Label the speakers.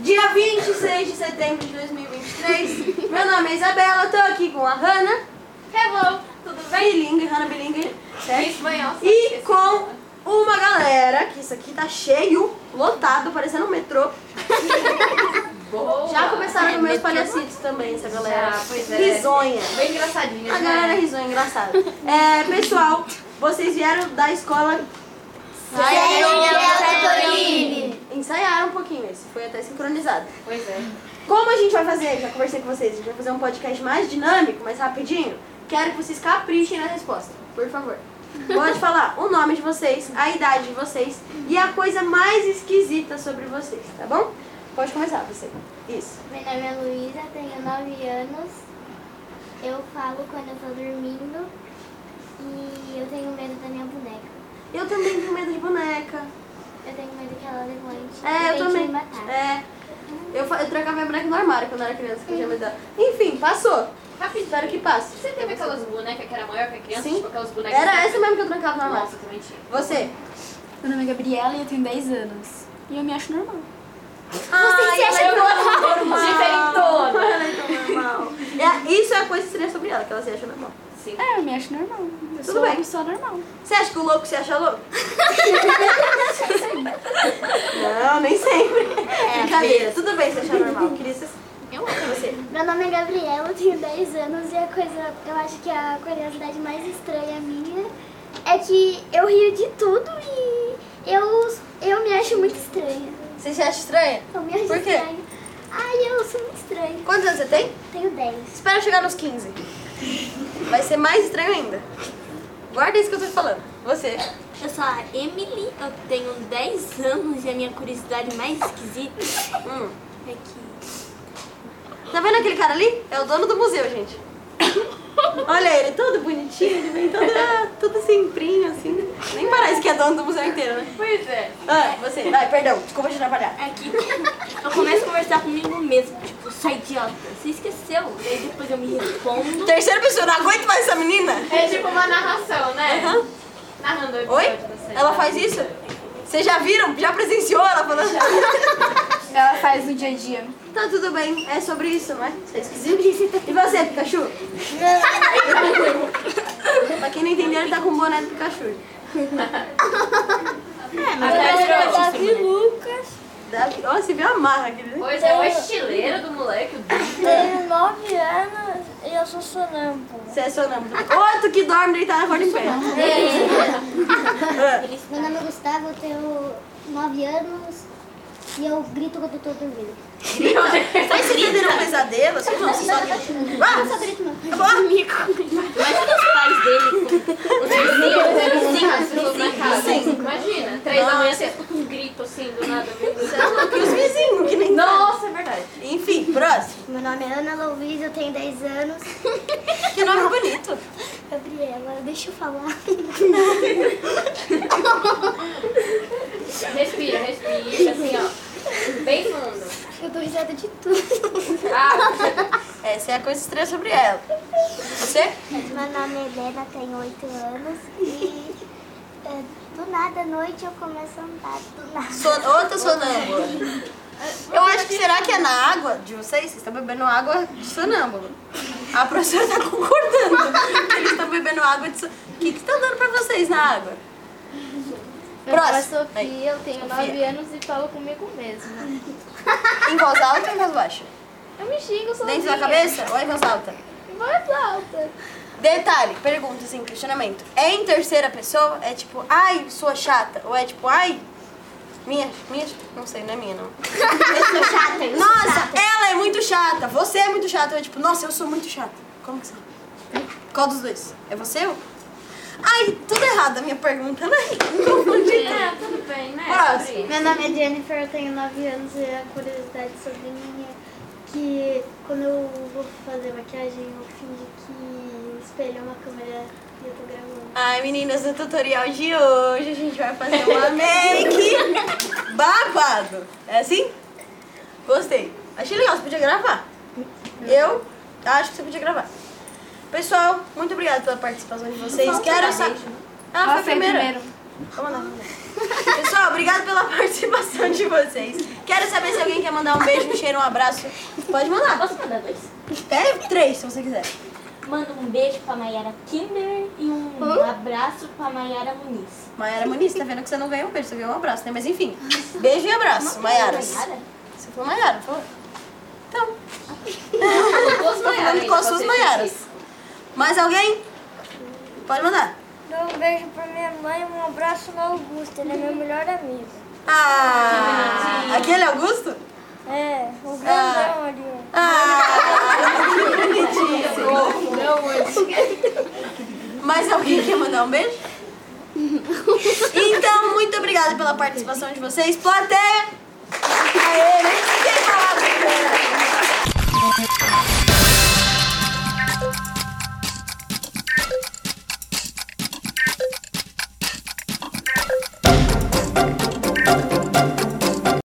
Speaker 1: Dia 26 de setembro de 2023. Meu nome é Isabela, tô aqui com a Hanna.
Speaker 2: É Hello, tudo bem?
Speaker 1: Bilingue, Hanna Bilingue,
Speaker 2: Em
Speaker 1: certo?
Speaker 2: espanhol. só
Speaker 1: É? E
Speaker 2: esqueci.
Speaker 1: com uma galera, que isso aqui tá cheio, lotado, parecendo um metrô.
Speaker 2: Boa.
Speaker 1: Já começaram
Speaker 2: É,
Speaker 1: com meus
Speaker 2: metrô.
Speaker 1: palhacitos também, essa galera.
Speaker 2: Já, pois é.
Speaker 1: Risonha.
Speaker 2: Bem engraçadinha,
Speaker 1: A galera
Speaker 2: né?
Speaker 1: risou, é engraçado. É, pessoal, vocês vieram da escola. Ensaiaram um pouquinho esse, foi até sincronizado.
Speaker 2: Pois é.
Speaker 1: Como a gente vai fazer? Já conversei com vocês, a gente vai fazer um podcast mais dinâmico, mais rapidinho. Quero que vocês caprichem na resposta, por favor. Pode falar o nome de vocês, a idade de vocês e a coisa mais esquisita sobre vocês, tá bom? Pode começar, você. Isso.
Speaker 3: Meu nome é Luísa, tenho 9 anos. Eu falo quando eu tô dormindo e eu tenho medo da minha boneca.
Speaker 1: Eu também tenho medo de boneca.
Speaker 3: Eu tenho medo que ela levante
Speaker 1: É,
Speaker 3: e
Speaker 1: eu
Speaker 3: tente
Speaker 1: também.
Speaker 3: me matar.
Speaker 1: É. Eu, fa- eu trancava minha boneca no armário quando eu era criança, que eu tinha medo dela. Enfim, passou.
Speaker 2: Rapidinho.
Speaker 1: Espero que passe.
Speaker 2: Você teve aquelas bonecas que era maior que a criança?
Speaker 1: Sim.
Speaker 2: Tipo aquelas bonecas.
Speaker 1: Era
Speaker 2: que-
Speaker 1: essa mesmo que eu trancava no armário.
Speaker 2: Nossa, também tinha.
Speaker 1: Você?
Speaker 4: Meu nome é Gabriela e eu tenho 10 anos. E eu me acho normal.
Speaker 1: Você se acha é normal.
Speaker 2: é Diferentona.
Speaker 1: Ela é tão normal. É, isso é a coisa estranha sobre ela, que ela se acha normal.
Speaker 2: Sim.
Speaker 4: É, eu me acho normal. Eu
Speaker 1: Tudo
Speaker 4: sou
Speaker 1: bem.
Speaker 4: uma pessoa normal.
Speaker 1: Você acha que o louco se acha louco? Não, nem sempre. Brincadeira. Tudo bem se achar normal. Queria ser...
Speaker 2: Eu amo você.
Speaker 3: Meu nome é Gabriela, eu tenho 10 anos e a coisa, eu acho que a curiosidade mais estranha minha é que eu rio de tudo e eu, eu me acho muito estranha.
Speaker 1: Você se acha estranha?
Speaker 3: Eu me acho
Speaker 1: Por quê?
Speaker 3: estranha. Ai, eu sou muito estranha.
Speaker 1: Quantos anos você tem?
Speaker 3: Tenho 10.
Speaker 1: Espera chegar nos 15. Vai ser mais estranho ainda. Guarda isso que eu tô te falando. Você.
Speaker 5: Eu sou a Emily, eu tenho 10 anos e a minha curiosidade mais esquisita
Speaker 1: Hum.
Speaker 5: é que.
Speaker 1: Tá vendo aquele cara ali? É o dono do museu, gente. Olha ele, todo bonitinho, ele vem todo, ah, todo simprinho, assim. Nem parece que é dono do museu inteiro, né?
Speaker 2: Pois é.
Speaker 1: Ah, você. Ai, perdão, desculpa te atrapalhar.
Speaker 5: É que eu começo a conversar comigo mesmo, tipo, sou idiota, você esqueceu? Daí depois eu me respondo.
Speaker 1: Terceira pessoa, não aguento mais essa menina.
Speaker 2: É tipo uma narração, né? Narrando o episódio
Speaker 1: Oi?
Speaker 2: da série.
Speaker 1: Ela faz isso? Vocês já viram? Já presenciou ela falando?
Speaker 4: Ela faz no dia a dia.
Speaker 1: Tá tudo bem, é sobre isso, né? É esquisito. E você, Pikachu? pra quem não entendeu, ele tá com um boné do Pikachu.
Speaker 2: é
Speaker 5: Até
Speaker 3: Davi
Speaker 5: virou
Speaker 3: Lucas,
Speaker 1: Davi, ó, você viu a marra aqui, né?
Speaker 2: Pois é, o estileiro do moleque. o Dudu.
Speaker 3: tenho 9 anos e eu sou sonâmbulo.
Speaker 1: Você é sonâmbulo. Outro que dorme deitado na cor de pé. Ah.
Speaker 3: Meu nome é Gustavo, eu tenho 9 anos e eu grito quando eu tô dormindo.
Speaker 1: Vocês se perderam um pesadelo? Vocês não, vocês só
Speaker 3: Eu só grito, não.
Speaker 5: Imagina os pais dele
Speaker 1: Sim.
Speaker 2: Imagina, três da manhã você escuta um grito assim do nada. meu Deus.
Speaker 1: que os vizinhos, que nem
Speaker 2: Nossa, é verdade.
Speaker 1: Enfim, próximo.
Speaker 3: Meu nome é Ana Louise, eu tenho 10 anos.
Speaker 1: Que nome bonito.
Speaker 3: Gabriela, deixa eu falar.
Speaker 2: Respira, respira, assim, ó. Bem fundo.
Speaker 3: Eu dou risada de tudo.
Speaker 2: Ah,
Speaker 1: Essa é a coisa estranha sobre ela. Você?
Speaker 3: Meu nome é Helena, tenho 8 anos e é, do nada à noite eu começo a andar do nada.
Speaker 1: Son... Outra sonâmbula. Eu acho que será que é na água de vocês? Vocês estão bebendo água de sonâmbulo. A professora tá concordando. que Eles estão bebendo água de sonâmbulo. O que que tá dando pra vocês na água? Próximo. Aí.
Speaker 6: Sofia, eu tenho
Speaker 1: Sofia.
Speaker 6: 9 anos e falo comigo mesma.
Speaker 1: Em voz alta ou em voz baixa?
Speaker 6: Eu me xingo sozinha.
Speaker 1: Dentro da cabeça ou em voz alta?
Speaker 6: Voz alta.
Speaker 1: Detalhe, pergunta assim, questionamento. É em terceira pessoa? É tipo, ai, sua chata? Ou é tipo, ai, minha, minha, não sei, não é minha não.
Speaker 3: Eu sou chata, eu
Speaker 1: Nossa, ela é muito chata, você é muito chata. Ou é tipo, nossa, eu sou muito chata. Como que você é? Qual dos dois? É você ou? Ai, tudo errado a minha pergunta, né? Confundi.
Speaker 2: é, tudo bem, né?
Speaker 1: Próximo.
Speaker 3: Meu nome é Jennifer, eu tenho 9 anos e a curiosidade sobre mim é que quando eu vou fazer maquiagem eu fingi que o espelho é uma câmera e eu tô gravando.
Speaker 1: Ai, meninas, no tutorial de hoje a gente vai fazer uma make babado. É assim? Gostei. Achei legal, você podia gravar. Eu Acho que você podia gravar. Pessoal, muito obrigada pela participação de vocês. Quero saber. Ah, foi a primeira. Vou mandar, vou mandar. Pessoal, obrigado pela participação de vocês. Quero saber se alguém quer mandar um beijo, um cheiro, um abraço. Pode mandar.
Speaker 3: Posso mandar dois?
Speaker 1: Até três, se você quiser.
Speaker 3: Manda um beijo pra Mayara Kinder e um abraço pra Mayara Muniz.
Speaker 1: Mayara Muniz, tá vendo que você não ganhou um beijo, você ganhou um abraço, né? Mas enfim, beijo e abraço, Mayaras.
Speaker 3: Mayara?
Speaker 1: Você falou Maiara, falou? Então,
Speaker 2: Duas
Speaker 1: tô falando com as suas Maiaras. Mais alguém? Pode mandar.
Speaker 6: Dou um beijo pra minha mãe e um abraço na Augusta, ela é meu melhor amigo.
Speaker 1: Ah, aquele Augusto?
Speaker 6: É, o
Speaker 1: grandão
Speaker 6: ali.
Speaker 1: Ah, que bonitinho. Mais alguém quer mandar um beijo? Então, muito obrigada pela participação de vocês. Plateia! Aê, nem sei falar.